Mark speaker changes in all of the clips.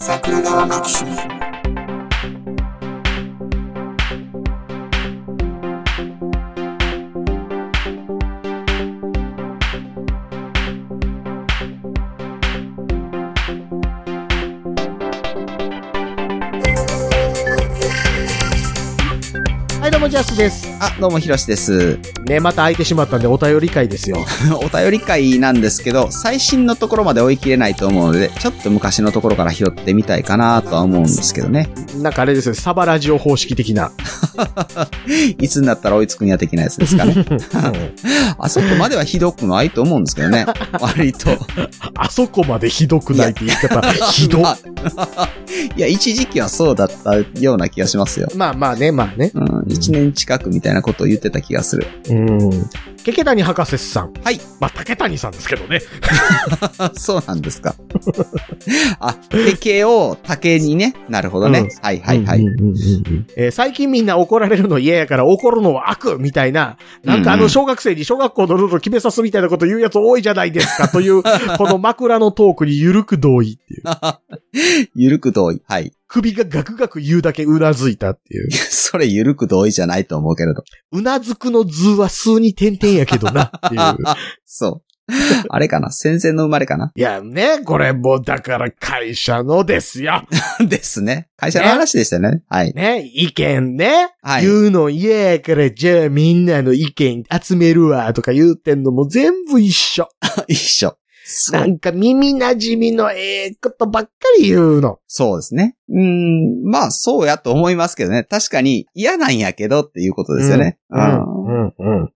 Speaker 1: 桜川マキシム
Speaker 2: はい、どうも、ジャスです。
Speaker 3: あ、どうも、ひろしです。
Speaker 2: ね、また空いてしまったんで、お便り会 ですよ。
Speaker 3: お便り会なんですけど、最新のところまで追い切れないと思うので、ちょっと昔のところから拾ってみたいかなとは思うんですけどね。
Speaker 2: なんかあれですよ、サバラジオ方式的な。
Speaker 3: いつになったら追いつくんや的なやつですか ね。あそこまではひどくないと思うんですけど ね。割と。
Speaker 2: あそこまでひどくないって言い 方、ひど。
Speaker 3: まあ いや、一時期はそうだったような気がしますよ。
Speaker 2: まあまあね、まあね。
Speaker 3: うん、一年近くみたいなことを言ってた気がする。
Speaker 2: うん。ケケ谷博士さん。
Speaker 3: はい。
Speaker 2: まあ、竹谷さんですけどね。
Speaker 3: あそうなんです か。あ、竹を竹にね。なるほどね。
Speaker 2: うん
Speaker 3: はいはいはい。
Speaker 2: うんうんうんうんえー最近みんな怒られるの嫌やから怒るのは悪みたいな、なんかあ
Speaker 3: うんう
Speaker 2: の
Speaker 3: ん
Speaker 2: 小学生に小学校のルールを決めさすみたいなこと言うやつ多いじゃないですかと いう、この枕のトークにゆるく同意っていう。
Speaker 3: ゆるく同意。はい。
Speaker 2: 首がガクガク言うだけうなずいたっていう。
Speaker 3: それゆるく同意じゃないと思うけれど。
Speaker 2: うなずくの図は数に点々やけどなっていう。
Speaker 3: そう。あれかな戦前の生まれかな
Speaker 2: いやね、これもうだから会社のですよ。
Speaker 3: ですね。会社の話でしたよね。はい。
Speaker 2: ね、意見ね。
Speaker 3: はい
Speaker 2: 言うの嫌やから、じゃあみんなの意見集めるわとか言うてんのも全部一緒。
Speaker 3: 一緒。そ
Speaker 2: な
Speaker 3: うん
Speaker 2: か耳馴染みのええことばっかり言うの。
Speaker 3: そうですね。うん。まあ、そうやと思いますけどね。確かに嫌なんやけどっていうことですよね。うん
Speaker 2: ん、うん。
Speaker 3: うん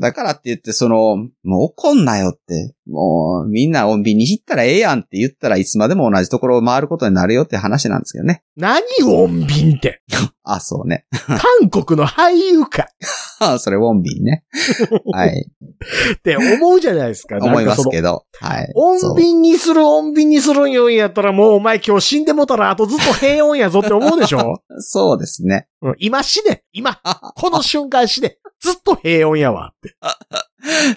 Speaker 3: だからって言って、その、もう怒んなよって、もうみんな穏便に行ったらええやんって言ったらいつまでも同じところを回ることになるよって話なんですけどね。
Speaker 2: 何穏便って。
Speaker 3: あ、そうね。
Speaker 2: 韓国の俳優か
Speaker 3: あそれ穏便ね。はい。
Speaker 2: って 思うじゃないですか。
Speaker 3: 思います
Speaker 2: ど
Speaker 3: けど。はい。そう
Speaker 2: 穏便にする穏便にするんよんやったらもうお前今日死んでもたらあとずっと平穏やぞって思うでし ょ
Speaker 3: そうですね。
Speaker 2: うん今死ね今この瞬間死ねずっと平穏やわって。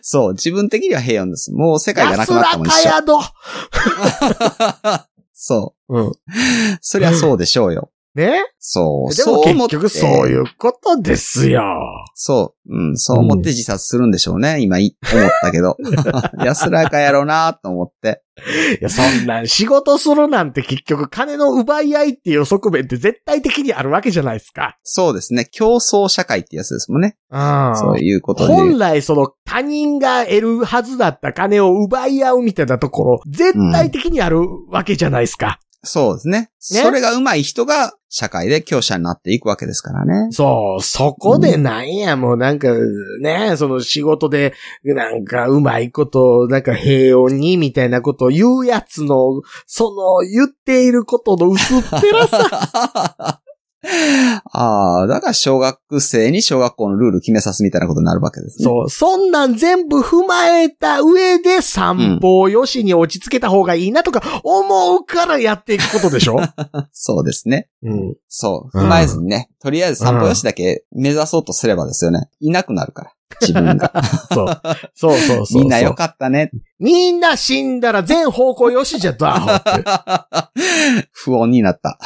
Speaker 3: そう、自分的には平穏です。もう世界が な
Speaker 2: 安
Speaker 3: くなっ
Speaker 2: ら
Speaker 3: たもん一
Speaker 2: かやど
Speaker 3: 緒。そ
Speaker 2: うん。
Speaker 3: う。そりゃそうでしょうよ。
Speaker 2: ね
Speaker 3: そう、
Speaker 2: でも
Speaker 3: そう思
Speaker 2: 結
Speaker 3: って。
Speaker 2: 局そういうことですよ。
Speaker 3: そう、うん、そう思って自殺するんでしょうね。今い、思った けど。安らかやろうなと思って。
Speaker 2: いや、そんなん仕事するなんて結局金の奪い合いっていう側面って絶対的にあるわけじゃないですか。
Speaker 3: そうですね。競争社会ってやつですもんね。
Speaker 2: うん。
Speaker 3: そういうことで言
Speaker 2: 本
Speaker 3: う。
Speaker 2: 来その他人が得るはずだった金を奪い合うみたいなところ、絶対的にあるわけじゃないですか。
Speaker 3: そうですね。それが上手い人が社会で強者になっていくわけですからね。
Speaker 2: そう、そこでなんや、もうなんかね、その仕事で、なんかうまいこと、なんか平穏にみたいなことを言うやつの、その言っていることの薄っぺらさ。
Speaker 3: ああ、だから小学生に小学校のルール決めさすみたいなことになるわけですね。
Speaker 2: そう、そんなん全部踏まえた上で散歩をよしに落ち着けた方がいいなとか思うからやっていくことでしょ
Speaker 3: そうですね。
Speaker 2: うん。
Speaker 3: そう。
Speaker 2: うん
Speaker 3: 踏まえずにね、とりあえず散歩よしだけ目指そうとすればですよね。いなくなるから。自分 が。
Speaker 2: そう。そうそうそう。
Speaker 3: みんなよかったね。
Speaker 2: みんな死んだら全方向よしじゃと、アホ って。
Speaker 3: 不穏にな った。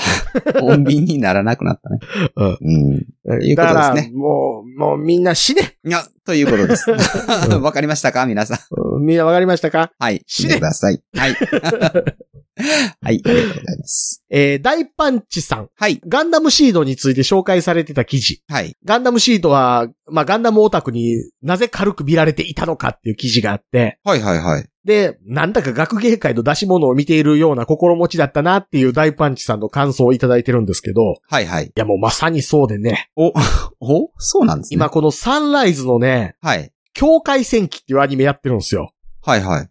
Speaker 3: 穏便にならなくなったね。うん。いうことですね
Speaker 2: だから、もう、もうみんな死ね。
Speaker 3: いや、ということです。 わかりましたか皆さん。
Speaker 2: うんみんなわかりましたか
Speaker 3: はい。
Speaker 2: 死
Speaker 3: 死
Speaker 2: ね
Speaker 3: んでください。 はい。はい。ありがとうございます。
Speaker 2: えー大パンチさん。
Speaker 3: はい。
Speaker 2: ガンダムシードについて紹介されてた記事。
Speaker 3: はい。
Speaker 2: ガンダムシードは、まあ、ガンダムオタクになぜ軽く見られていたのかっていう記事があって、
Speaker 3: はいはいはい。
Speaker 2: で、なんだか学芸会の出し物を見ているような心持ちだったなっていう大パンチさんの感想をいただいてるんですけど、い
Speaker 3: はいはい。
Speaker 2: やもうまさにそうでね、
Speaker 3: お、おそうなんですね。
Speaker 2: 今このサンライズのね、
Speaker 3: はい。
Speaker 2: 境界戦記っていうアニメやってるんですよ。
Speaker 3: はいはい。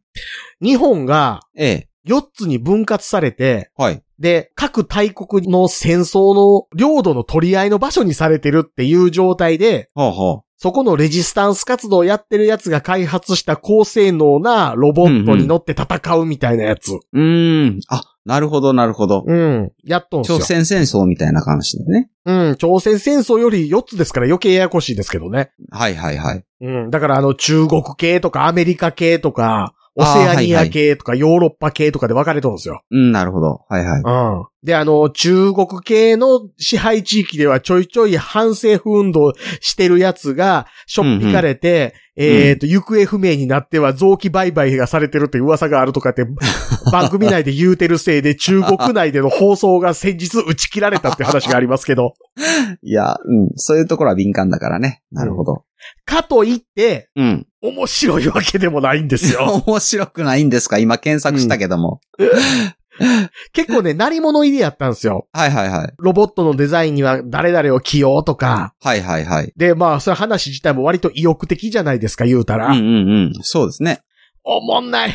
Speaker 2: 日本が
Speaker 3: ええ。
Speaker 2: 4つに分割されて、
Speaker 3: はい。
Speaker 2: で、各大国の戦争の領土の取り合いの場所にされてるっていう状態で、
Speaker 3: ほうほう。
Speaker 2: そこのレジスタンス活動をやってるやつが開発した高性能なロボットに乗って戦うみたいなやつ。
Speaker 3: うーん。あ、なるほど、なるほど。
Speaker 2: うん、やっとんすよ
Speaker 3: 朝。鮮戦争みたいな感じでね。
Speaker 2: うん、朝鮮戦争より4つですから余計ややこしいですけどね。
Speaker 3: はいはいはい。
Speaker 2: うん、だからあの中国系とかアメリカ系とか、オセアニ
Speaker 3: あーはいは
Speaker 2: ア
Speaker 3: い
Speaker 2: 系とかヨーロッパ系とかで分かれとるんですよ。
Speaker 3: うん、なるほど。はいはい。
Speaker 2: うん。で、あの、中国系の支配地域ではちょいちょい反政府運動してるやつが、しょっぴかれて、
Speaker 3: んうん
Speaker 2: えっと、行方不明になっては臓器売買がされてるという噂があるとか って、番組内で言うてるせいで、中国内での放送が先日打ち切られたって話がありますけ ど、
Speaker 3: いや、うん。そういうところは敏感だからね。なるほど。
Speaker 2: かといって、
Speaker 3: うん。
Speaker 2: 面白いわけでもないんです よ。
Speaker 3: 面白くないんですか今検索したけども。
Speaker 2: 結構ね、成り物入りやったんですよ。
Speaker 3: はいはいはい。
Speaker 2: ロボットのデザインには誰々を起用とか。
Speaker 3: はいはいはい。
Speaker 2: で、まあ、それ話自体も割と意欲的じゃないですか、言うたら。
Speaker 3: うんうんうん。そうですね。
Speaker 2: おもんない。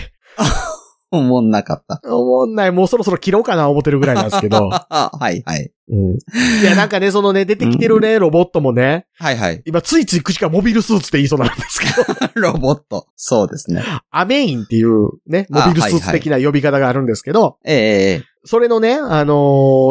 Speaker 3: 思んなかった。
Speaker 2: おもんない。もうそろそろ切ろうかな思ってるぐらいなんですけど。
Speaker 3: はいはい。
Speaker 2: うんいや、なんかね、そのね、出てきてるね、ロボットもね、
Speaker 3: はいはい。
Speaker 2: 今ついつい口からモビルスーツって言いそうなんですけ ど、
Speaker 3: ロボット。そうですね。
Speaker 2: アメインっていうね、モビルスーツ的な呼び方があるんですけど、
Speaker 3: ええええ
Speaker 2: それのね、あの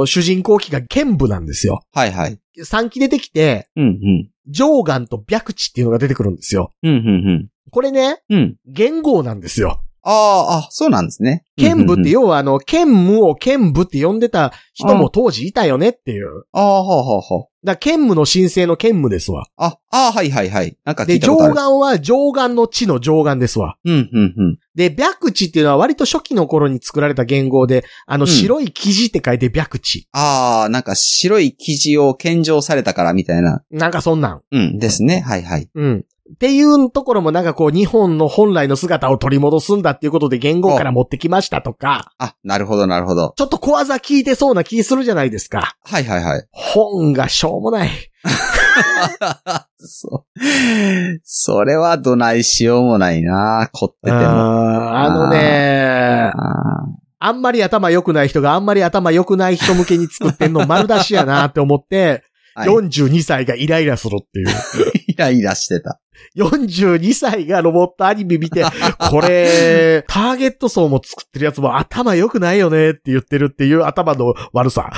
Speaker 2: ー主人公機が剣舞なんですよ。
Speaker 3: はいはい。
Speaker 2: 3機出てきて、
Speaker 3: うんうん。
Speaker 2: 上眼と白地っていうのが出てくるんですよ。
Speaker 3: うんうん
Speaker 2: これね、
Speaker 3: うん。うん。
Speaker 2: 元号なんですよ。
Speaker 3: ああ、あ、そうなんですね。
Speaker 2: 剣舞って
Speaker 3: うんうんうん
Speaker 2: 要はあの、剣武を剣舞って呼んでた人も当時いたよねっていう。
Speaker 3: ああ、ほうほうほう。
Speaker 2: だから剣武の神聖の剣武ですわ。
Speaker 3: あ、ああ、はいはいはい。なんか聞
Speaker 2: で、
Speaker 3: いた
Speaker 2: 上
Speaker 3: ことある。
Speaker 2: 眼は上眼の地の上眼ですわ。
Speaker 3: うんうんうん。
Speaker 2: で、白地っていうのは割と初期の頃に作られた言語で、あの、
Speaker 3: うん
Speaker 2: 白い生地って書いて白地。
Speaker 3: ああ、なんか白い生地を献上されたからみたいな。
Speaker 2: なんかそんなん。
Speaker 3: うん。ですね。はいはい。
Speaker 2: うん。っていうところもなんかこう、日本の本来の姿を取り戻すんだっていうことで言語から持ってきましたとか、
Speaker 3: あ、なるほどなるほど。
Speaker 2: ちょっと小技聞いてそうな気するじゃないですか。
Speaker 3: はいはいはい。
Speaker 2: 本がしょうもない。
Speaker 3: そう。それはどないしようもないな凝ってても。
Speaker 2: あーあのね
Speaker 3: あ、ー
Speaker 2: あんまり頭良くない人があんまり頭良くない人向けに作ってんの丸出しやなって思って、
Speaker 3: はい、
Speaker 2: 42歳がイライラするっていう。
Speaker 3: イライラしてた。
Speaker 2: 42歳がロボットアニメ見 て、これ、ターゲット層も作ってるやつも頭良くないよねって言ってるっていう頭の悪さ。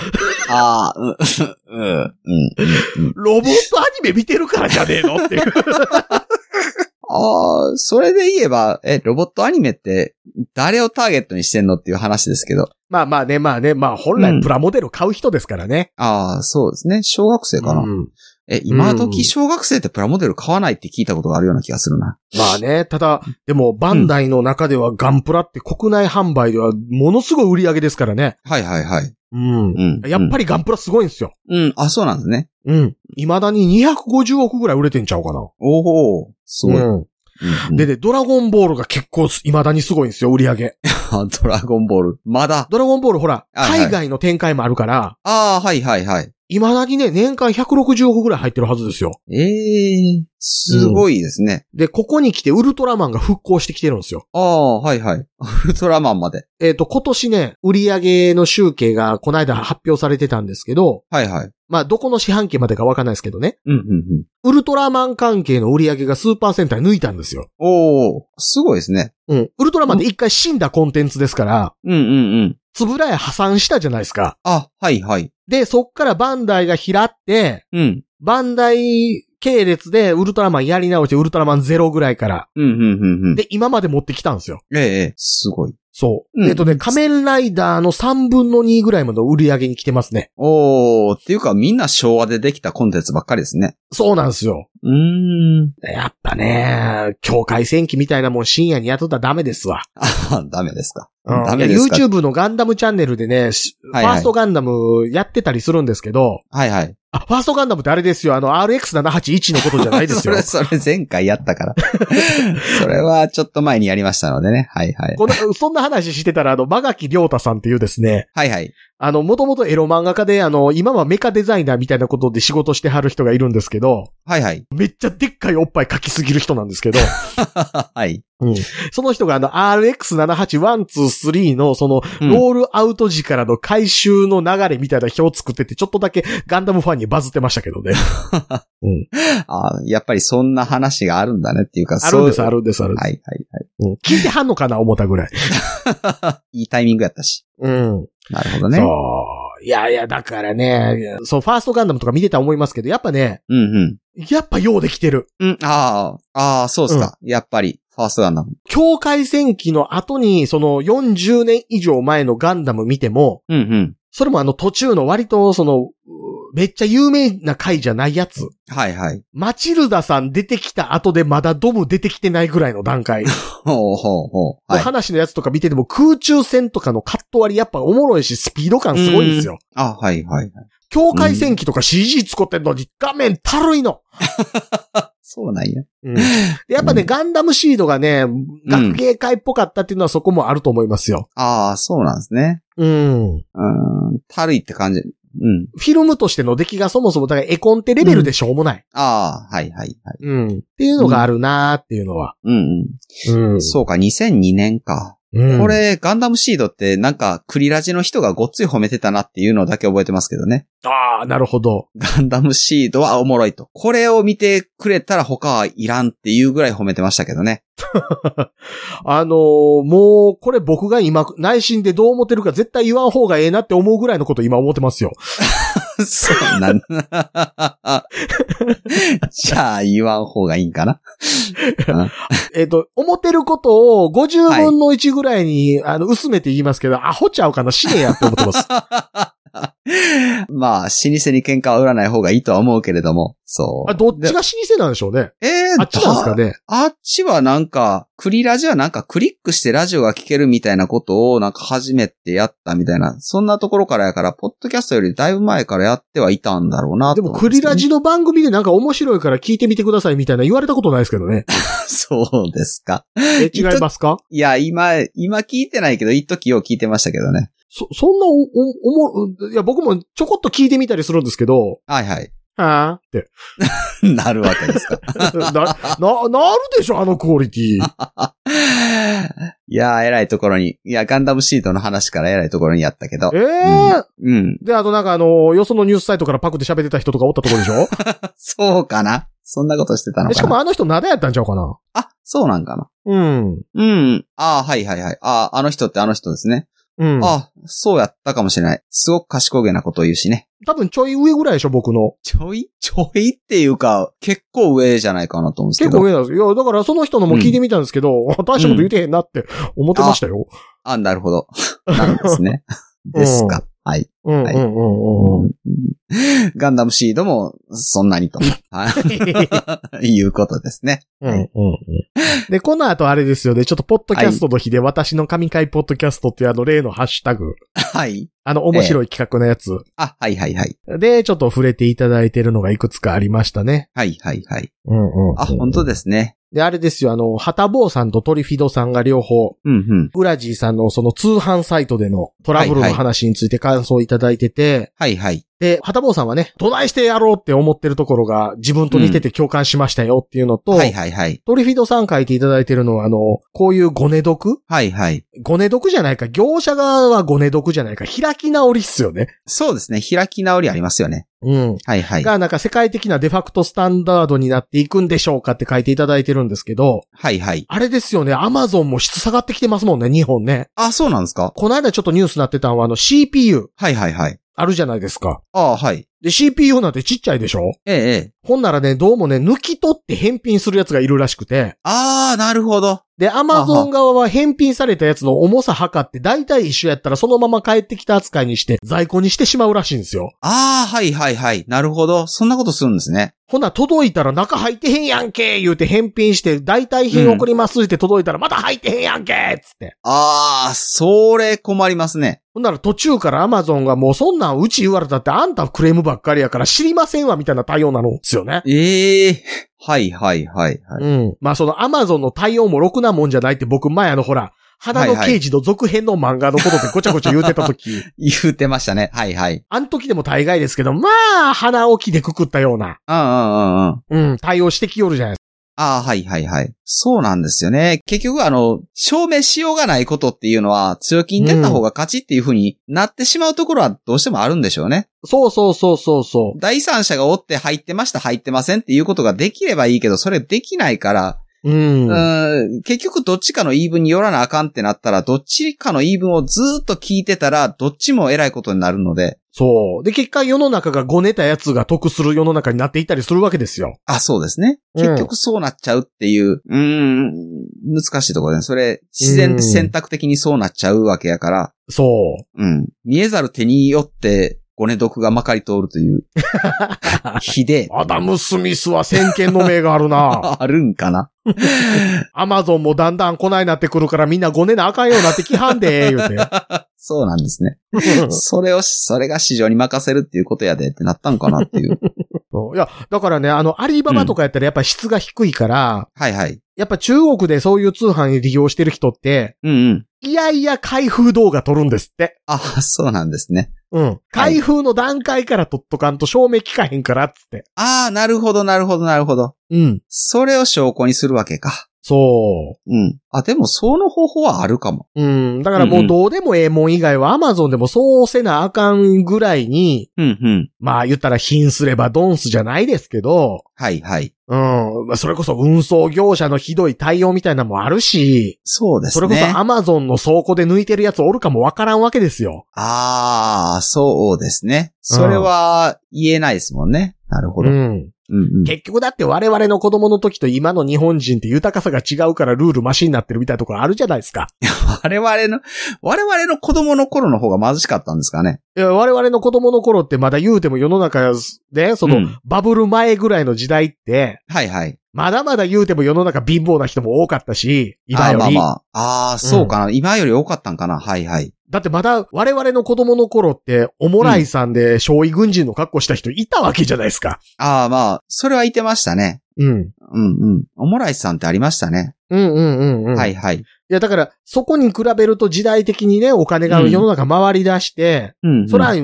Speaker 3: ああ、うん、うん、うんうん。
Speaker 2: ロボットアニメ見てるからじゃねえのって いう。
Speaker 3: ああ、それで言えば、え、ロボットアニメって誰をターゲットにしてんのっていう話ですけど。
Speaker 2: まあまあね、まあね、まあ本来プラモデル買う人ですからね。
Speaker 3: ああ、そうですね。小学生かな。
Speaker 2: うん
Speaker 3: え、今
Speaker 2: うん
Speaker 3: 時小学生ってプラモデル買わないって聞いたことがあるような気がするな。
Speaker 2: まあね、ただ、でもバンダイの中ではガンプラって国内販売ではものすごい売り上げですからね。
Speaker 3: はいはいはい。
Speaker 2: うん。
Speaker 3: うん。
Speaker 2: やっぱりガンプラすごいんですよ。
Speaker 3: り。うん、あ、そうなんですね。
Speaker 2: うん。未だに250億ぐらい売れてんちゃうかな。
Speaker 3: おおすごい。
Speaker 2: うん
Speaker 3: うん
Speaker 2: で、、ね、ドラゴンボールが結構す未だにすごいんですよ、売り上げ。
Speaker 3: あ ドラゴンボール。まだ。
Speaker 2: ドラゴンボールほら、
Speaker 3: はいはい
Speaker 2: 海外の展開もあるから、
Speaker 3: ああ、はいはいはい。
Speaker 2: 未だにね、年間160億ぐらい入ってるはずですよ。
Speaker 3: ええすごいですね。
Speaker 2: で、ここに来てウルトラマンが復興してきてるんですよ。
Speaker 3: ああ、はいはい。 ウルトラマンまで。
Speaker 2: えっ、と、今年ね、売り上げの集計がこの間発表されてたんですけど、
Speaker 3: はいはい。
Speaker 2: まあ、どこの四半期までかわかんないですけどね、
Speaker 3: うん、うん、うん。
Speaker 2: ウルトラマン関係の売り上げがスーパー戦隊抜いたんですよ。
Speaker 3: おおすごいですね。
Speaker 2: うん。ウルトラマンで一回死んだコンテンツですから、
Speaker 3: うん、うん、うん。
Speaker 2: つぶらや破産したじゃないですか。
Speaker 3: あ、はいはい。
Speaker 2: で、そっからバンダイが開って、
Speaker 3: うん。
Speaker 2: バンダイ系列でウルトラマンやり直してウルトラマンゼロぐらいから。
Speaker 3: うん、うん、うん、うん。
Speaker 2: で、今まで持ってきたんですよ。
Speaker 3: ええええすごい。
Speaker 2: そう。
Speaker 3: うん
Speaker 2: えっとね、仮面ライダーの3分の2ぐらいまで売り上げに来てますね。
Speaker 3: おおっていうかみんな昭和でできたコンテンツばっかりですね。
Speaker 2: そうなんですよ。
Speaker 3: うーん。
Speaker 2: やっぱね、境界戦記みたいなもん深夜に雇ったらダメですわ。
Speaker 3: あ ダメですか。
Speaker 2: うん
Speaker 3: ダメですか
Speaker 2: いや YouTube のガンダムチャンネルでね、し
Speaker 3: はいは
Speaker 2: ファ
Speaker 3: い
Speaker 2: ーストガンダムやってたりするんですけど、
Speaker 3: はいはい。
Speaker 2: あ、ファーストガンダムってあれですよ、あの RX781 のことじゃないですよ。
Speaker 3: それ、それ前回やった から。それはちょっと前にやりましたのでね。はいはい。
Speaker 2: この、そんな話してたら、あの、間垣亮太さんっていうですね、
Speaker 3: はいはい。
Speaker 2: あの、もともとエロ漫画家で、あの、今はメカデザイナーみたいなことで仕事してはる人がいるんですけど、
Speaker 3: はいはい。
Speaker 2: めっちゃでっかいおっぱい書きすぎる人なんですけど、
Speaker 3: はい。
Speaker 2: その人があの、RX781-2-3のその、
Speaker 3: うん
Speaker 2: ロールアウト時からの回収の流れみたいな表を作ってて、ちょっとだけガンダムファンにバズってましたけどね。
Speaker 3: あやっぱりそんな話があるんだねっていうか、
Speaker 2: あるんです、
Speaker 3: そう
Speaker 2: あるんです、あるんです。
Speaker 3: はいはい
Speaker 2: うん聞いてはんのかな、思ったぐらい。
Speaker 3: はい。いいタイミングやったし。
Speaker 2: うん。
Speaker 3: なるほどね。
Speaker 2: そう。いやいや、だからね、そう、ファーストガンダムとか見てたら思いますけど、やっぱね、
Speaker 3: うんうん。
Speaker 2: やっぱようできてる。
Speaker 3: うん、ああ、ああ、そうっすか。やっぱり、ファーストガンダム。
Speaker 2: 境界戦記の後に、その40年以上前のガンダム見ても、
Speaker 3: うんうん。
Speaker 2: それもあの途中の割とその、うめっちゃ有名な回じゃないやつ。
Speaker 3: はいはい。
Speaker 2: マチルダさん出てきた後でまだドム出てきてないぐらいの段階。
Speaker 3: ほうほうほう。はい。
Speaker 2: 話のやつとか見てても空中戦とかのカット割りやっぱおもろいし、スピード感すごいんですよ。
Speaker 3: あ、はいはいはい。
Speaker 2: 境界戦記とか CG 使ってんのに画面たるいの。
Speaker 3: そうなんや。
Speaker 2: うん、でやっぱ ね、
Speaker 3: うん
Speaker 2: ガンダムシードがね、学芸会っぽかったっていうのはそこもあると思いますよ。
Speaker 3: ああ、そうなんですね。
Speaker 2: うん。
Speaker 3: うーん。たるいって感じ。うん。
Speaker 2: フィルムとしての出来がそもそも、だから絵コンテレベルでしょうもない。
Speaker 3: ああ、はいはいはい。
Speaker 2: うん。っていうのがあるなーっていうのは。
Speaker 3: うんうん。
Speaker 2: う
Speaker 3: そうか、2002年か。
Speaker 2: うん。
Speaker 3: これ、ガンダムシードってなんか、クリラジの人がごっつい褒めてたなっていうのだけ覚えてますけどね。
Speaker 2: ああ、なるほど。
Speaker 3: ガンダムシードはおもろいと。これを見てくれたら他はいらんっていうぐらい褒めてましたけどね。
Speaker 2: あのーもう、これ僕が今、内心でどう思ってるか絶対言わん方がええなって思うぐらいのこと今思ってますよ。
Speaker 3: そうなん だ。じゃあ、言わん方がいいんかな。
Speaker 2: えっ、と、思ってることを50分の1ぐらいに、あの、薄めて言いますけど、アホちゃうかな、死ねやって思って ます。
Speaker 3: まあ、老舗に喧嘩は売らない方がいいとは思うけれども、そ
Speaker 2: あ
Speaker 3: う。
Speaker 2: どっちが老舗なんでしょうね。
Speaker 3: えー
Speaker 2: あっちなんですかね。
Speaker 3: あっちはなんか、クリラジはなんかクリックしてラジオが聴けるみたいなことをなんか初めてやったみたいな、そんなところからやから、ポッドキャストよりだいぶ前からやってはいたんだろうな
Speaker 2: で
Speaker 3: と
Speaker 2: も、
Speaker 3: 思うん
Speaker 2: ク
Speaker 3: す
Speaker 2: リ
Speaker 3: けど
Speaker 2: ラ
Speaker 3: ね
Speaker 2: ジの番組でなんか面白いから聞いてみてくださいみたいな言われたことないですけど ね。
Speaker 3: そうですか。
Speaker 2: え、違いますか
Speaker 3: いや、今、今聞いてないけど、一時よう聞いてましたけどね。
Speaker 2: そ、そんなお、お、おも、いや、僕もちょこっと聞いてみたりするんですけど、
Speaker 3: はいはい。
Speaker 2: はぁって。
Speaker 3: なるわけですか。
Speaker 2: な、な、なるでしょ、あのクオリティ。
Speaker 3: いやー、偉いところに。いや、ガンダムシートの話から偉いところにやったけど。
Speaker 2: ええー
Speaker 3: うん。
Speaker 2: で、あとなんかあの、よそのニュースサイトからパクって喋ってた人とかおったところでし ょ
Speaker 3: そうかな。そんなことしてた
Speaker 2: で
Speaker 3: のかな。
Speaker 2: しかもあの人灘やったんちゃうかな
Speaker 3: あ、そうなんかな。
Speaker 2: うん。
Speaker 3: うん。ああ、はいはいはい。ああ、あの人ってあの人ですね。
Speaker 2: うん。
Speaker 3: ああ、そうやったかもしれない。すごく賢げなことを言うしね。
Speaker 2: 多分ちょい上ぐらいでしょ、僕の。
Speaker 3: ちょい、ちょいっていうか、結構上じゃないかなと思うんですけ
Speaker 2: 結
Speaker 3: ど。
Speaker 2: 構上なんですよ。いや、だからその人のも聞いてみたんですけど、 大したこと言うてへんなって思ってましたよ。
Speaker 3: あ、なるほど。 なんで すね。ですか。はい。
Speaker 2: うん、うん、
Speaker 3: はい
Speaker 2: うん、うん。
Speaker 3: ガンダムシードも、そんな にと。はい。いうことですね。
Speaker 2: うんうんうんで、この後あれですよね、ちょっとポッドキャストの日で私の神回ポッドキャストっていうあの例のハッシュタグ、
Speaker 3: はい。
Speaker 2: あの面白い企画のやつ
Speaker 3: あ、はいはいはい。
Speaker 2: でちょっと触れていただいてるのがいくつかありましたね。
Speaker 3: はいはいはい。
Speaker 2: うんうん、
Speaker 3: あ、本当ですね。
Speaker 2: で、あれですよ、あの、ハタボーさんとトリフィドさんが両方、
Speaker 3: うんうん。
Speaker 2: ウラジーさんのその通販サイトでのトラブル
Speaker 3: はい
Speaker 2: の
Speaker 3: はい
Speaker 2: 話について感想をいただいてて、
Speaker 3: はいはい。
Speaker 2: で、ハタボーさんはね、どないしてやろうって思ってるところが自分と似てて共感しましたよっていうのと、
Speaker 3: はいはいはい。
Speaker 2: トリフィドさん書いていただいてるのは、あの、こういうごね毒
Speaker 3: はいはい。
Speaker 2: ごね毒じゃないか、業者側はごね毒じゃないか、開き直りっすよね。
Speaker 3: そうですね。開き直りありますよね。
Speaker 2: うん。
Speaker 3: はいはい。
Speaker 2: が、なんか世界的なデファクトスタンダードになっていくんでしょうかって書いていただいてるんですけど、
Speaker 3: はいはい。
Speaker 2: あれですよね、アマゾンも質下がってきてますもんね、日本ね。
Speaker 3: あ、そうなんですか
Speaker 2: この間ちょっとニュースになってたのは、あの CPU
Speaker 3: はいはいはい。
Speaker 2: あるじゃないですか。
Speaker 3: ああ、はい。
Speaker 2: で、CPU なんてちっちゃいでしょ
Speaker 3: ええ、ええ。
Speaker 2: ほんならね、どうもね、抜き取って返品するやつがいるらしくて、
Speaker 3: ああ、なるほど。
Speaker 2: で、アマゾン側は返品されたやつの重さ測って、大体一緒やったらそのまま帰ってきた扱いにして、在庫にしてしまうらしいんですよ。
Speaker 3: ああ、はいはいはい。なるほど。そんなことするんですね。
Speaker 2: ほな、届いたら中入ってへんやんけ言うて返品して、代替品送りますって届いたらまた入ってへんやんけつって。
Speaker 3: ああ、それ困りますね。
Speaker 2: ほんなら途中からアマゾンがもうそんなんうち言われたってあんたクレームばっかりやから知りませんわみたいな対応なのですよね。
Speaker 3: ええはいはいはいはい。
Speaker 2: うん。まあそのアマゾンの対応もろくなもんじゃないって僕前あのほら、花の刑事の続編の漫画のことでごちゃごちゃ言うてた時、
Speaker 3: 言うてましたね。はいはい。
Speaker 2: あの時でも大概ですけど、まあ、鼻置きでくくったような、
Speaker 3: うんうんうんうん。
Speaker 2: うん、対応してきよるじゃないですか。
Speaker 3: ああ、はいはいはい。そうなんですよね。結局あの、証明しようがないことっていうのは、強気に出た方が勝ちっていう風になってしまうところはどうしてもあるんでしょうね。
Speaker 2: そうそうそうそうそう。
Speaker 3: 第三者がおって入ってました、入ってませんっていうことができればいいけど、それできないから、
Speaker 2: うん。
Speaker 3: う
Speaker 2: うん
Speaker 3: ん結局どっちかの言い分によらなあかんってなったら、どっちかの言い分をずーっと聞いてたら、どっちも偉いことになるので、
Speaker 2: そう。で、結果世の中がごねたやつが得する世の中になっていったりするわけですよ。
Speaker 3: あ、そうですね。
Speaker 2: うん
Speaker 3: 結局そうなっちゃうっていう、うーん、難しいところですね。それ、自
Speaker 2: う
Speaker 3: 然
Speaker 2: ん
Speaker 3: 選択的にそうなっちゃうわけやから、
Speaker 2: そう。
Speaker 3: うん。見えざる手によって、ごね毒がまかり通ると いう、ひでえ。
Speaker 2: アダム・スミスは先見の明がある な。
Speaker 3: あるんかな。
Speaker 2: アマゾンもだんだん来ないなってくるからみんなごねなあかんようになってきはんで、言うて。
Speaker 3: そうなんですね。それを、それが市場に任せるっていうことやでってなったんかなっ ていう。
Speaker 2: そういや、だからね、あの、アリババとかやったらやっぱ質が低いから、
Speaker 3: はいはい。
Speaker 2: やっぱ中国でそういう通販に利用してる人って、
Speaker 3: うんうん。
Speaker 2: いやいや開封動画撮るんですって。
Speaker 3: あ、そうなんですね。
Speaker 2: うん。開封の段階から撮っとかんと照明効かへんから、つって。
Speaker 3: ああ、なるほど、なるほど、なるほど。
Speaker 2: うん。
Speaker 3: それを証拠にするわけか。
Speaker 2: そ
Speaker 3: うん。あ、でも、その方法はあるかも。
Speaker 2: う。うん。だからもう
Speaker 3: んう
Speaker 2: うんどうでもええもん以外は Amazon でもそうせなあかんぐらいに、
Speaker 3: うん、うん。
Speaker 2: まあ言ったら品すればドンスじゃないですけど、
Speaker 3: はい、はい。
Speaker 2: うん。まあそれこそ運送業者のひどい対応みたいなのもあるし、
Speaker 3: そうです
Speaker 2: そ
Speaker 3: ね。
Speaker 2: れこそ Amazon の倉庫で抜いてるやつおるかもわからんわけですよ。
Speaker 3: ああ、そうですね。それは言えないですもんね。なるほ
Speaker 2: う
Speaker 3: ど。うん
Speaker 2: ん。
Speaker 3: うん。
Speaker 2: 結局だって我々の子供の時と今の日本人って豊かさが違うからルールマシになってるみたいなところあるじゃないですか。
Speaker 3: 我々の、我々の子供の頃の方が貧しかったんですかね。
Speaker 2: いや、我々の子供の頃ってまだ言うても世の中で、その、
Speaker 3: うん
Speaker 2: バブル前ぐらいの時代って、
Speaker 3: はいはい。
Speaker 2: まだまだ言うても世の中貧乏な人も多かったし、今
Speaker 3: あー
Speaker 2: より。
Speaker 3: まあまあ。ああ、そうかな、今より多かったんかな。はいはい。
Speaker 2: だってまだ我々の子供の頃って、おもらいさんで少尉軍人の格好した人いたわけじゃないですか。
Speaker 3: ああ、まあ、それはいてましたね。
Speaker 2: うん。
Speaker 3: うんうん。オモライスさんってありましたね。
Speaker 2: うんうんうんうん。
Speaker 3: はいいはい。
Speaker 2: や、だから、そこに比べると時代的にね、お金が世の中回り出して、
Speaker 3: うん、うん
Speaker 2: そら、道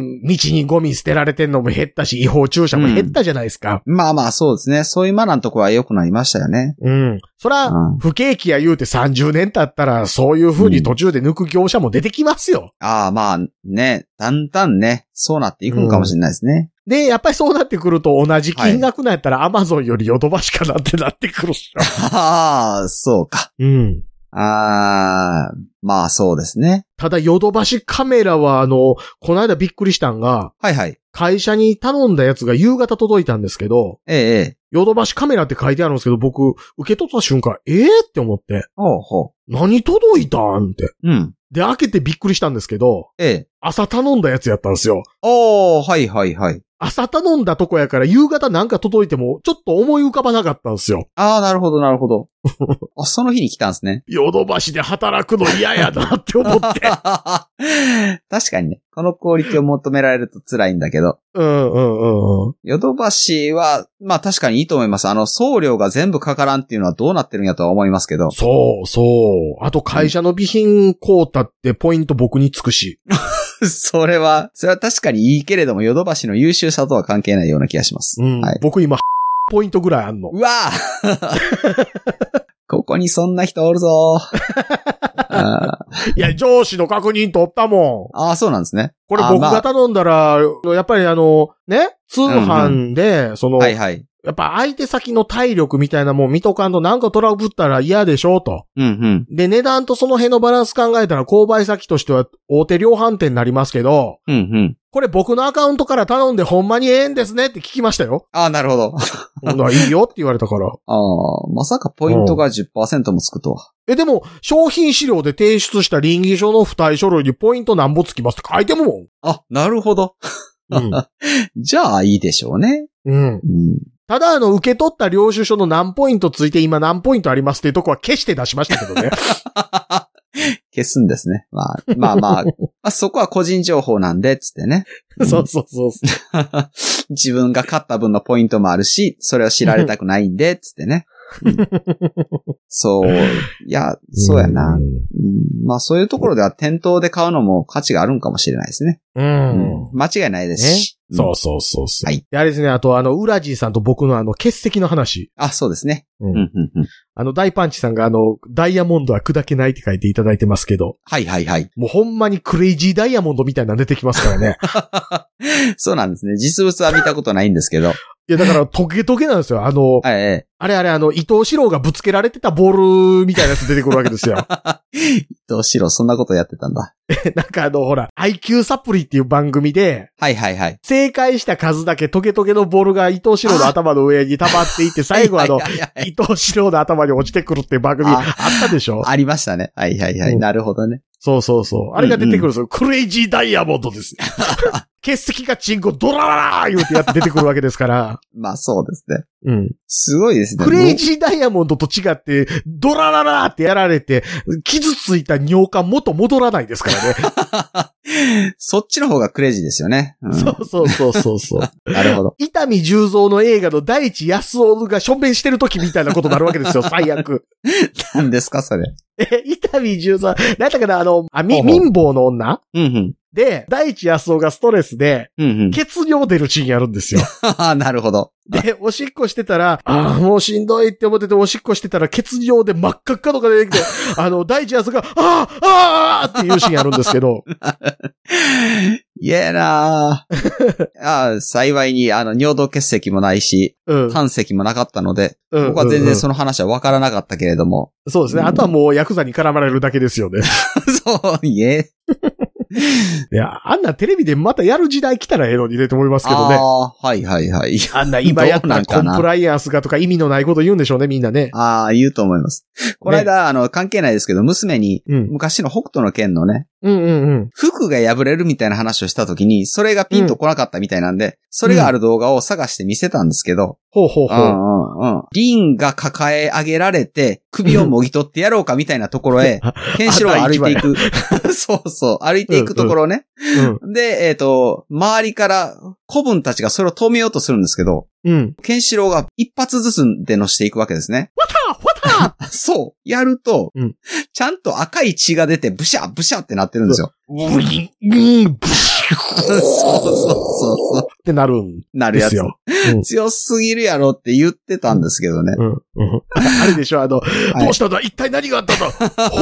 Speaker 2: にゴミ捨てられてんのも減ったし、違法注射も減ったじゃないですか。
Speaker 3: まあまあ、そうですね。そういうマナーのとこは良くなりましたよね。
Speaker 2: うん。そら、
Speaker 3: うん
Speaker 2: 不景気や言うて30年経ったら、そういう風に途中で抜く業者も出てきますよ。
Speaker 3: ああ、まあ、ね、だんだんね、そうなっていくのかもしれないですね。
Speaker 2: で、やっぱりそうなってくると同じ金額なんやったら Amazon よりヨドバシかなってなってくるっしょ。
Speaker 3: ああ、そうか。
Speaker 2: うん。
Speaker 3: ああ、まあそうですね。
Speaker 2: ただ、ヨドバシカメラは、あの、この間びっくりしたんが、
Speaker 3: はいはい。
Speaker 2: 会社に頼んだやつが夕方届いたんですけど、
Speaker 3: ええ、ええ。
Speaker 2: ヨドバシカメラって書いてあるんですけど、僕、受け取った瞬間、ええって思って、
Speaker 3: ほうほ
Speaker 2: 何届いたんって。
Speaker 3: う。うん。
Speaker 2: で、開けてびっくりしたんですけど、
Speaker 3: ええ。
Speaker 2: 朝頼んだやつやったんですよ。
Speaker 3: おー、はいはいはい。
Speaker 2: 朝頼んだとこやから夕方なんか届いても、ちょっと思い浮かばなかったんですよ。
Speaker 3: ああ、なるほどなるほど。 あ、その日に来たんで すね。
Speaker 2: ヨドバシで働くの嫌やなって 思って。
Speaker 3: 確かにね。このクオリティを求められると辛いんだけど。
Speaker 2: うんうんうんうん。
Speaker 3: ヨドバシは、まあ確かにいいと思います。あの、送料が全部かからんっていうのはどうなってるんやとは思いますけど。
Speaker 2: そうそう。あと会社の備品コータってポイント僕につくし。
Speaker 3: それは、それは確かにいいけれども、ヨドバシの優秀さとは関係ないような気がします。
Speaker 2: うん。
Speaker 3: はい。
Speaker 2: 僕今、 ポイントぐらいあんの。
Speaker 3: うわあ ここにそんな人おるぞ あー
Speaker 2: いや、上司の確認取ったもん。
Speaker 3: あー、そうなんですね。
Speaker 2: これ
Speaker 3: あー
Speaker 2: 僕
Speaker 3: まあ
Speaker 2: が頼んだら、やっぱりあの、ね、通販で、その、
Speaker 3: はいはい。
Speaker 2: やっぱ相手先の体力みたいなもん見とかんとなんかトラブったら嫌でしょ、と。
Speaker 3: うんうん。
Speaker 2: で、値段とその辺のバランス考えたら、購買先としては大手量販店になりますけど、
Speaker 3: うんうん。
Speaker 2: これ僕のアカウントから頼んでほんまにええんですねって聞きましたよ。
Speaker 3: ああ、なるほど。
Speaker 2: ほんならいいよって言われたから。
Speaker 3: ああ、まさかポイントが10%もつくとは。
Speaker 2: え、でも、商品資料で提出した倫理書の付帯書類にポイントなんぼつきますって書いてるもん。
Speaker 3: あ、なるほど。
Speaker 2: うん。
Speaker 3: じゃあ、いいでしょうね。
Speaker 2: うん。
Speaker 3: うん。
Speaker 2: ただ、あの、受け取った領収書の何ポイントついて今何ポイントありますっていうとこは消して出しましたけ どね。
Speaker 3: 消すんですね。まあ、ま あまあ、まあ、そこは個人情報なんで、つってね。
Speaker 2: そうそうそうそ
Speaker 3: 自分が勝った分のポイントもあるし、それを知られたくないんで、つってね。 うんそう。いや、
Speaker 2: う。
Speaker 3: そうやな。
Speaker 2: う
Speaker 3: うんまあそういうところでは店頭で買うのも価値があるんかもしれないですね。
Speaker 2: ん。
Speaker 3: うん間違いないですし。うん
Speaker 2: そうそうそうそう。
Speaker 3: はい
Speaker 2: で。あれですね、あと、あの、ウラジーさんと僕のあの、欠席の話。
Speaker 3: あ、そうですね。
Speaker 2: うん
Speaker 3: うんうんうん
Speaker 2: あの、大パンチさんがあの、ダイヤモンドは砕けないって書いていただいてますけど、
Speaker 3: はいはいはい。
Speaker 2: もうほんまにクレイジーダイ ヤモンドみたいなの出てきますからね。
Speaker 3: そうなんですね。実物は見たことないんですけど。
Speaker 2: いや、だから、トゲトゲなんですよ。あの、
Speaker 3: はい、え
Speaker 2: あれあれ、あの、伊藤四郎がぶつけられてたボールみたいなやつ出てくるわけですよ。
Speaker 3: え。どうしろ、そんなことやってたんだ。
Speaker 2: なんかあの、ほら、IQ サプリっていう番組で、
Speaker 3: はいはいはい。
Speaker 2: 正解した数だけトゲトゲのボールが伊藤四郎の頭の上に溜まっていって、最後あの
Speaker 3: は、いはいはいはい
Speaker 2: 伊藤四郎の頭に落ちてくるっていう番組あ
Speaker 3: あ
Speaker 2: ったでしょ
Speaker 3: ありましたね。はいはいはい。
Speaker 2: うん
Speaker 3: なるほどね。
Speaker 2: そうそうそう。あれが出てくるんですよ。クレイジーダイヤモンドです よ。欠石がチンコドラララー言うてやって出てくるわけですから。
Speaker 3: まあそうですね。
Speaker 2: うん。
Speaker 3: すごいですね。
Speaker 2: クレイジーダイヤモンドと違って、ドラララーってやられて、傷ついた尿管元戻らないですからね。
Speaker 3: もうそっちの方がクレイジーですよね。うん
Speaker 2: そうそうそうそうそう。
Speaker 3: なるほど。
Speaker 2: 伊丹十三の映画の第一安尾が署名してる時みたいなことになるわけ ですよ、最悪。
Speaker 3: 何ですか、それ。
Speaker 2: え、伊丹十三、なんだかな、あの、あみ
Speaker 3: ほうほう
Speaker 2: 民房の女
Speaker 3: うんうん。
Speaker 2: で、第一安尾がストレスで、
Speaker 3: うんうん。
Speaker 2: 血尿出るシーンやるん ですよ。
Speaker 3: なるほど。
Speaker 2: で、おしっこしてたら、ああ、もうしんどいって思ってて、おしっこしてたら、血尿で真っ赤っかとか出 てきて、あの、第一安尾が、ああ、ああっていうシーンやるんですけど、
Speaker 3: いやな ぁあー幸いに、あの、尿道結石もないし、
Speaker 2: うん。
Speaker 3: 胆石もなかったので、
Speaker 2: うん
Speaker 3: 僕は全
Speaker 2: うんう
Speaker 3: 然
Speaker 2: ん
Speaker 3: その話は分からなかったけれども。
Speaker 2: そうですね。あとはもう、ヤクザに絡まれるだけですよね。
Speaker 3: そう、いえ。
Speaker 2: いや、あんなテレビでまたやる時代来たらええのにね、と思いますけどね。
Speaker 3: ああ、はいはいはい。いや
Speaker 2: あんな今やったらコンプライアンスがとか意味のないこと言うんでしょうね、みんなね。
Speaker 3: ああ、言うと思います。この間、あの、関係ないですけど、娘に、
Speaker 2: うん。
Speaker 3: 昔の北斗の剣のね、
Speaker 2: うんうんうん。
Speaker 3: 服が破れるみたいな話をした時に、それがピンとこなかったみたいなんで、それがある動画を探して見せたんですけど、
Speaker 2: ほうほう
Speaker 3: う
Speaker 2: ほ
Speaker 3: ん
Speaker 2: う。
Speaker 3: うんうん。リンが抱え上げられて、首をもぎ取ってやろうかみたいなところへ、ケンシロウが歩いていく。 そうそう、歩いていくところね。
Speaker 2: うん。
Speaker 3: で、えっ、と、周りから、子分たちがそれを止めようとするんですけど、
Speaker 2: うん。
Speaker 3: ケンシロウが一発ずつでのしていくわけですね。
Speaker 2: あ、ほた
Speaker 3: そう、やると、
Speaker 2: うん
Speaker 3: ちゃんと赤い血が出て、ブシャブシャってなってるんですよ。
Speaker 2: ウィン、うん、ブシュ
Speaker 3: そう
Speaker 2: ー
Speaker 3: そうそうそう。
Speaker 2: ってなるん
Speaker 3: なる
Speaker 2: で
Speaker 3: や
Speaker 2: す
Speaker 3: つ。
Speaker 2: よ。
Speaker 3: 強すぎるやろって言ってたんですけどね。
Speaker 2: うん。うん。あれでしょ、あの、
Speaker 3: い
Speaker 2: どうしたんだ一体何があったんだほ、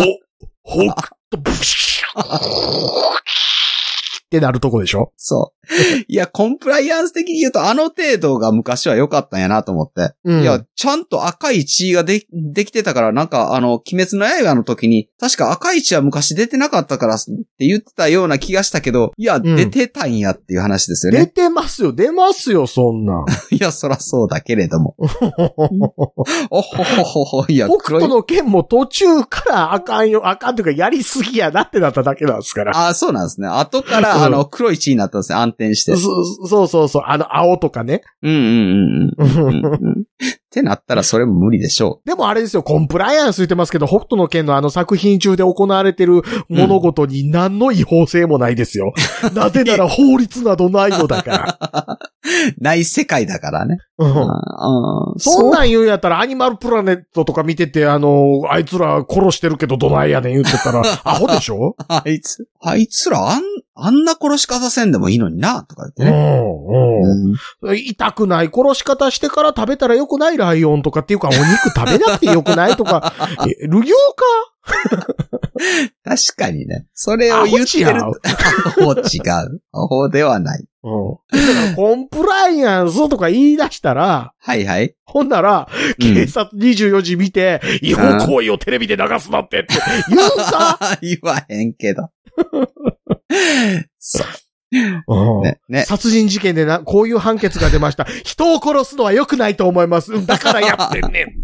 Speaker 2: ほくと、ブシューってなるとこでしょ
Speaker 3: そう。いや、コンプライアンス的に言うと、あの程度が昔は良かったんやなと思って。
Speaker 2: うん
Speaker 3: いや、ちゃんと赤い血がで、できてたから、なんか、あの、鬼滅の刃の時に、確か赤い血は昔出てなかったからって言ってたような気がしたけど、いや、
Speaker 2: ん
Speaker 3: 出てたんやっていう話ですよ
Speaker 2: 出
Speaker 3: ね。
Speaker 2: てますよ、出ますよ、そんなん。
Speaker 3: いや、そらそうだけれども。おほほほほ、いや、
Speaker 2: 北
Speaker 3: 黒
Speaker 2: 斗
Speaker 3: い。
Speaker 2: の剣も途中からあかんよ、あかんというかやりすぎやなってなっただけなんですから。
Speaker 3: あ、そうなんですね。後から、あの、黒い血になったんですね。暗転して
Speaker 2: そ。そうそうそう、あの、青とかね。
Speaker 3: うんうんうんうん。ってなったらそれも無理でしょ
Speaker 2: でもあれですよ、コンプライアンス言ってますけど、北斗の剣のあの作品中で行われてる物事に何の違法性もないです よ。なぜなら法律などないのだから。
Speaker 3: う。ない世界だからね。
Speaker 2: うん
Speaker 3: あー
Speaker 2: そんなん言うんやったら、アニマルプラネットとか見てて、あの、あいつら殺してるけどどないやねん言ってた ら、アホでしょ
Speaker 3: あいつ、あいつらあん、あんな殺し方せんでもいいのにな、とか
Speaker 2: う
Speaker 3: 言ってね。
Speaker 2: ん、うん。
Speaker 3: うん
Speaker 2: 痛くない殺し方してから食べたらよくないライオンとかっていうか、お肉食べなくてよくないと か、えルギョー
Speaker 3: 確かにね。それを言ってる。
Speaker 2: アホ違う
Speaker 3: アホ違う。アホではない。
Speaker 2: かだからコンプライアンスとか言い出したら、
Speaker 3: はいはい。
Speaker 2: ほんなら、
Speaker 3: うん
Speaker 2: 警察24時見て、違法行為をテレビで流すなってって言うか、
Speaker 3: 言わへんけど。そう
Speaker 2: ね
Speaker 3: ね。ね。
Speaker 2: 殺人事件でな、こういう判決が出ました。人を殺すのは良くないと思います。うんだからやってんねんって。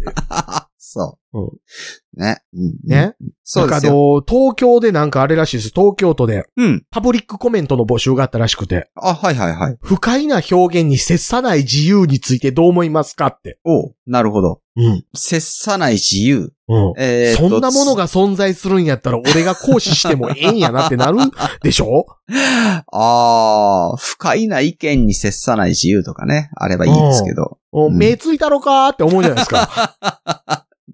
Speaker 3: そう
Speaker 2: う。
Speaker 3: ね。うん
Speaker 2: ね。
Speaker 3: そうで
Speaker 2: なんか
Speaker 3: す
Speaker 2: あの、
Speaker 3: よ。
Speaker 2: 東京でなんかあれらしいです。東京都で
Speaker 3: うん。
Speaker 2: パブリックコメントの募集があったらしくて。
Speaker 3: あ、はいはいはい。
Speaker 2: 不快な表現に接さない自由についてどう思いますかって。
Speaker 3: おうなるほど。
Speaker 2: うん。
Speaker 3: 切さない自由。
Speaker 2: うん。
Speaker 3: えー
Speaker 2: そ
Speaker 3: と
Speaker 2: んなものが存在するんやったら俺が行使してもええんやなってなるでしょ
Speaker 3: ああ、不快な意見に接さない自由とかね、あればいいですけど。
Speaker 2: お
Speaker 3: うん
Speaker 2: 目ついたろかーって思うじゃないです か。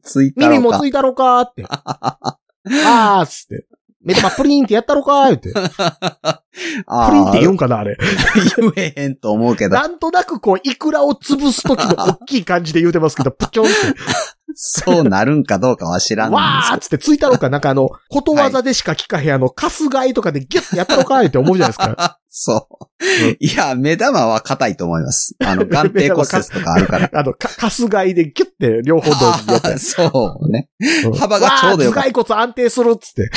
Speaker 3: ツイッタ
Speaker 2: 耳
Speaker 3: ーと
Speaker 2: も
Speaker 3: か
Speaker 2: つ。いたろかー って。あーっつって。目玉プリンってやったろかー って。プリン
Speaker 3: あ
Speaker 2: っ
Speaker 3: あ
Speaker 2: て言うんかなあ れ。
Speaker 3: ー、言えへんと思うけ ど。
Speaker 2: なんとなくこう、イクラを潰すときの大きい感じで言うてますけど、プチョンって。
Speaker 3: そうなるんかどうかは知らないん
Speaker 2: わ
Speaker 3: です
Speaker 2: ーっつってついたろうか、なんかあの、ことわざでしか聞かへん、あの、カスガイとかでギュッてやったろうか、って思うじゃないですか。
Speaker 3: そう。いや、目玉は硬いと思います。あの、眼底骨折とかあ るから。
Speaker 2: あの、か、カスガイでギュッて両方同時にやった
Speaker 3: あー
Speaker 2: やつ。
Speaker 3: そうね。
Speaker 2: うん
Speaker 3: 幅がちょうどよか
Speaker 2: わ
Speaker 3: っ
Speaker 2: ー頭蓋骨安定するっつ って。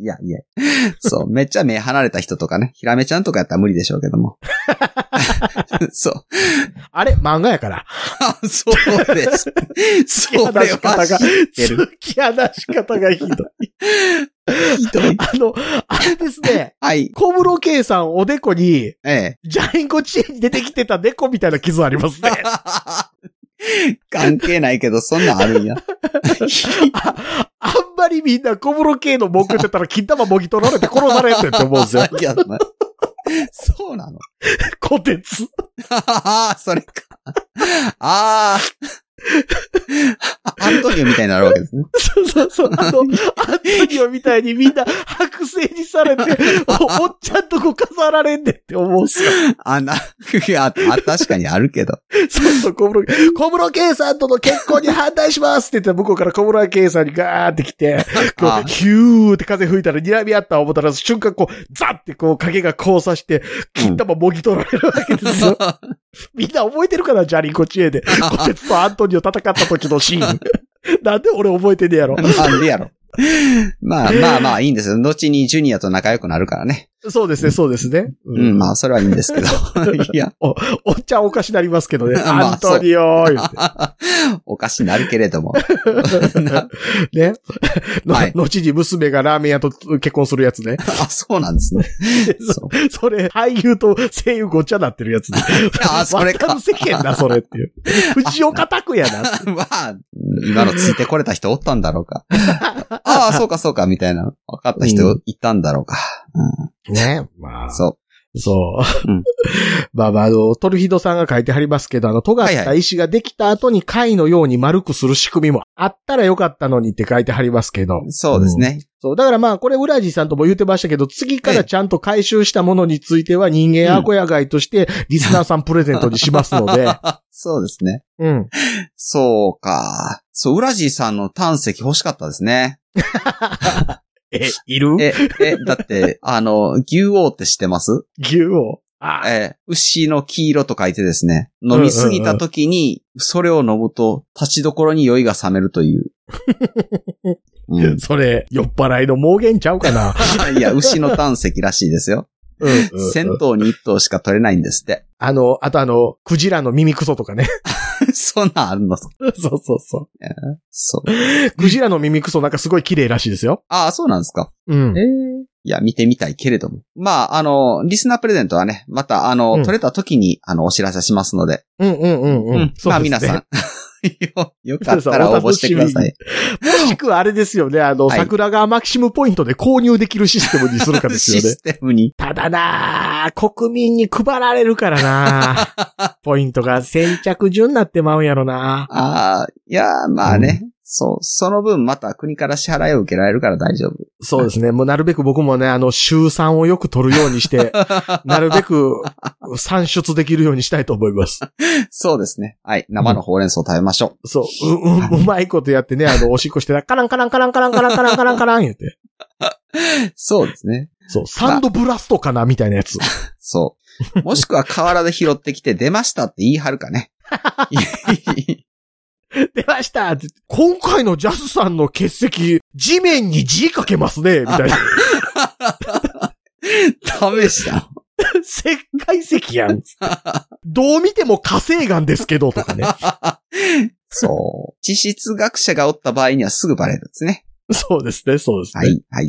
Speaker 3: いやいや。そう。めっちゃ目離れた人とかね。ヒラメちゃんとかやったら無理でしょうけ ども。そう。
Speaker 2: あれ漫画や から。
Speaker 3: あそうです。それ
Speaker 2: 突き放し
Speaker 3: は
Speaker 2: 方が、
Speaker 3: 知ってる。
Speaker 2: 突き放し方がひどい。
Speaker 3: ひどい
Speaker 2: あの、あれですね、
Speaker 3: はい。
Speaker 2: 小室圭さんおでこに、
Speaker 3: ええ。
Speaker 2: ジャインコチエに出てきてた猫みたいな傷あります ね。
Speaker 3: 関係ないけど、そんなんあるん や。
Speaker 2: ああんまりみんな小室圭の文句言ってたら金玉もぎ取られて殺されてって思うんです よ。
Speaker 3: いやなそうなの
Speaker 2: コテツ。
Speaker 3: ああ、それか。ああ。アントニオみたいになるわけですね。
Speaker 2: そうそうそう。あの、アントニオみたいにみんな白製にされ て、おおっちゃんとこ飾られんでって思うんすよ。
Speaker 3: あ、な、いや、あ確かにあるけど。
Speaker 2: そうそう、小室圭、小室圭さんとの結婚に反対しますって言って向こうから小室圭さんにガーって来 て、こ
Speaker 3: あ
Speaker 2: う、ヒューって風吹いたら睨み合った思ったら瞬間こう、ザってこう影が交差して、金玉もぎ取られるわけです よ。みんな覚えてるかなジャリンコ知恵で。こてつとアントニオ戦った時のシ ーン。なんで俺覚えてねえやろ。
Speaker 3: なんでや ろ。まあまあまあいいんですよ。後にジュニアと仲良くなるからね。
Speaker 2: そうですね、そうですね。う
Speaker 3: うん、 まあそれはいいんですけど。いや、
Speaker 2: おっちゃんおかしなりますけどね。
Speaker 3: まあ
Speaker 2: アントニオー言う
Speaker 3: おかしになるけれども。
Speaker 2: て ね。の
Speaker 3: はい
Speaker 2: 後に娘がラーメン屋と結婚するやつね。
Speaker 3: あ、そうなんですね。そう
Speaker 2: それ、俳優と声優ごっちゃなってるやつ、ね。
Speaker 3: あそれか
Speaker 2: わん世間だ、それって いう。藤岡拓也な。
Speaker 3: まあ、今のついてこれた人おったんだろうか。ああ、そうかそうか、みたいな。分かった
Speaker 2: う
Speaker 3: 人いたんだろうか。
Speaker 2: ね。まあ、
Speaker 3: そ
Speaker 2: そう。
Speaker 3: うん
Speaker 2: まあまあ、あの、トルヒドさんが書いてはりますけど、あの、尖った石ができた後に貝のように丸くする仕組みもあったらよかったのにって書いてはりますけど。
Speaker 3: う。そうですね。
Speaker 2: そう。だからまあ、これ、ウラジさんとも言ってましたけど、次からちゃんと回収したものについては、人間アコヤ貝として、リスナーさんプレゼントにしますの で。
Speaker 3: そうですね。
Speaker 2: うん。
Speaker 3: そうか。そう、ウラジーさんの胆石欲しかったですね。
Speaker 2: え、いる
Speaker 3: え、え、だって、あの、牛王って知ってます
Speaker 2: 牛を。あ
Speaker 3: え、牛の黄色と書いてですね。飲みすぎた時に、それを飲むと、立ちどころに酔いが覚める という。うん
Speaker 2: それ、酔っ払いの盲言ちゃうかな。
Speaker 3: いや、牛の胆石らしいですよ。
Speaker 2: うん
Speaker 3: 銭湯に一頭しか取れないんですって。
Speaker 2: あの、あとあの、クジラの耳クソとかね。
Speaker 3: そんなんある の
Speaker 2: そうそうそ
Speaker 3: そう。
Speaker 2: う。クジラの耳クソなんかすごい綺麗らしいですよ。
Speaker 3: ああ、そうなんですか。
Speaker 2: うん。
Speaker 3: いや、見てみたいけれども。まあ、あの、リスナープレゼントはね、また、あの、
Speaker 2: うん
Speaker 3: 取れた時に、あの、お知らせしますので。
Speaker 2: うんうんうんうん。そうですね
Speaker 3: まあ、皆さん。。 よ、よかったら応募してくだ さい。
Speaker 2: もしくはあれですよね、あの、
Speaker 3: はい
Speaker 2: 桜川マキシムポイントで購入できるシステムにするかですよ
Speaker 3: シ
Speaker 2: ね。
Speaker 3: ステムに。
Speaker 2: ただなあ国民に配られるからな あポイントが先着順になってまうんやろな
Speaker 3: ああ、いや、まあね。そう。その分、また国から支払いを受けられるから大丈夫。
Speaker 2: そうですね。もうなるべく僕もね、あの、週3をよく取るように して、なるべく算出できるようにしたいと思います。
Speaker 3: そうですね。はい。生のほうれん草食べましょ
Speaker 2: そう、う、う、うまいことやってね、あの、おしっこしてな、カランカランカランカランカランカランカランカラン言って。
Speaker 3: う。そうですね。
Speaker 2: そう、サンドブラストかなみたいなやつ。
Speaker 3: そう。もしくは河原で拾ってきて出ましたって言い張るかね。
Speaker 2: 出ましたって今回のジャスさんの欠席、地面に字かけますねみたいな。
Speaker 3: 試した。
Speaker 2: 石灰石やん。 どう見ても火星岩ですけど、とかね。
Speaker 3: そう。地質学者がおった場合にはすぐバレるんですね。
Speaker 2: そうですね、そうですね。
Speaker 3: はい、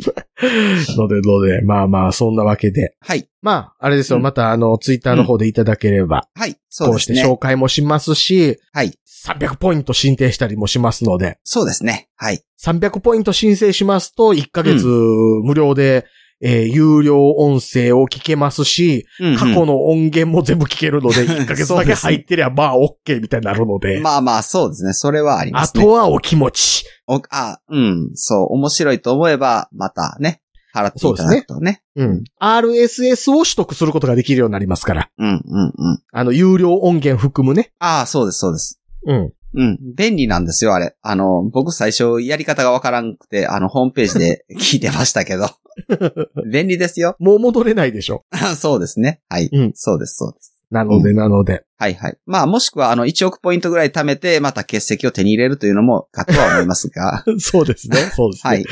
Speaker 3: はい。
Speaker 2: ので、ので、まあまあ、そんなわけで。
Speaker 3: はい、
Speaker 2: まあ、あれですよ、
Speaker 3: うん
Speaker 2: また、あの、ツイッターの方でいただければ、
Speaker 3: はい。そう
Speaker 2: こ
Speaker 3: で
Speaker 2: うし
Speaker 3: す
Speaker 2: て
Speaker 3: ね。
Speaker 2: 紹介もしますし、
Speaker 3: はい。
Speaker 2: 300ポイント申請したりもしますので、
Speaker 3: そうですね。はい。
Speaker 2: 300ポイント申請しますと、1ヶ月無料で、えー有料音声を聞けますし、過去の音源も全部聞ける ので、1ヶ月だけ入ってりゃ、まあ、OK みたいになるので、
Speaker 3: まあまあ、そうですね。それはありま
Speaker 2: あ
Speaker 3: すね。
Speaker 2: とはお気持ち。
Speaker 3: おあ、うん。そう。面白いと思えば、またね、払っていただくとね。
Speaker 2: うん。RSS を取得することができるようになりますから。
Speaker 3: うん、うん、うん。
Speaker 2: あの、有料音源含むね。
Speaker 3: ああ、そうです、そうです。
Speaker 2: うん。
Speaker 3: うん。便利なんですよ、あれ。あの、僕最初やり方がわからんくて、あの、ホームページ で聞いてましたけど。便利ですよ。
Speaker 2: もう戻れないでしょ。
Speaker 3: そうですね。はい。
Speaker 2: うん
Speaker 3: そうです、そうです。
Speaker 2: なので、なので。
Speaker 3: はいはい。まあ、もしくは、あの、1億ポイントぐらい貯めて、また欠席を手に入れるというのも、かとは思います が。
Speaker 2: そうです ね。そうですね。
Speaker 3: はい。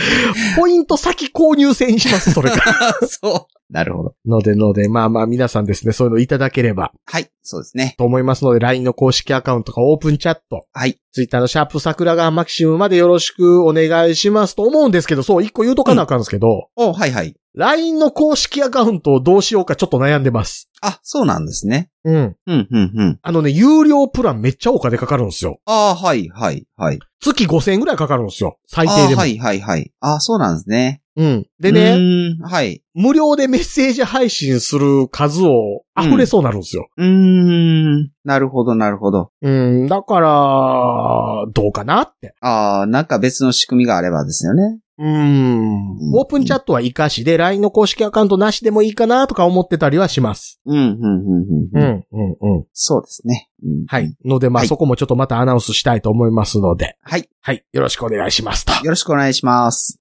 Speaker 2: ポイント先購入制にします、それが。
Speaker 3: そう。なるほど。
Speaker 2: ので、ので、まあまあ皆さんですね、そういうのいただければ
Speaker 3: はい、そうですね。
Speaker 2: と思いますので、LINE の公式アカウントかオープンチャット、
Speaker 3: はい。
Speaker 2: Twitter のシャープ桜川マキシムまでよろしくお願いしますと思うんですけど、そう、一個言うとかなあかんですけど、
Speaker 3: おはいはい。
Speaker 2: LINE の公式アカウントをどうしようかちょっと悩んでます。
Speaker 3: あ、そうなんですね。
Speaker 2: うん。
Speaker 3: うん、うん、うん。
Speaker 2: あのね、有料プランめっちゃお金かかるんですよ。
Speaker 3: ああ、はい、はい、はい。
Speaker 2: 月5000円ぐらいかかるんですよ。最
Speaker 3: あ
Speaker 2: 低
Speaker 3: あ
Speaker 2: でも。
Speaker 3: ー、はい、はい、はい。ああ、そうなんですね。
Speaker 2: うん。で
Speaker 3: う
Speaker 2: ね、
Speaker 3: ーん、はい。
Speaker 2: 無料でメッセージ配信する数を溢れそうなるんですよ。
Speaker 3: うーん、なるほど、なるほど。
Speaker 2: うん、だから、どうかなって。
Speaker 3: ああ、なんか別の仕組みがあればですよね。
Speaker 2: うんオープンチャットは活かしで、LINE の公式アカウントなしでもいいかなとか思ってたりはします。
Speaker 3: うん、うん、うん、うん。うん、
Speaker 2: ん、うん、うん。
Speaker 3: そうですね。うん
Speaker 2: はい。。ので、まあ、
Speaker 3: はい
Speaker 2: そこもちょっとまたアナウンスしたいと思いますので、
Speaker 3: はい。
Speaker 2: はい。よろしくお願いしますと。
Speaker 3: よろしくお願いします。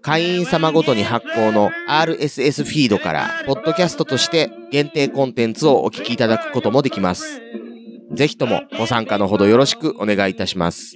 Speaker 1: 会員様ごとに発行の RSS フィードから、ポッドキャストとして限定コンテンツをお聞きいただくこともできます。ぜひともご参加のほどよろしくお願いいたします。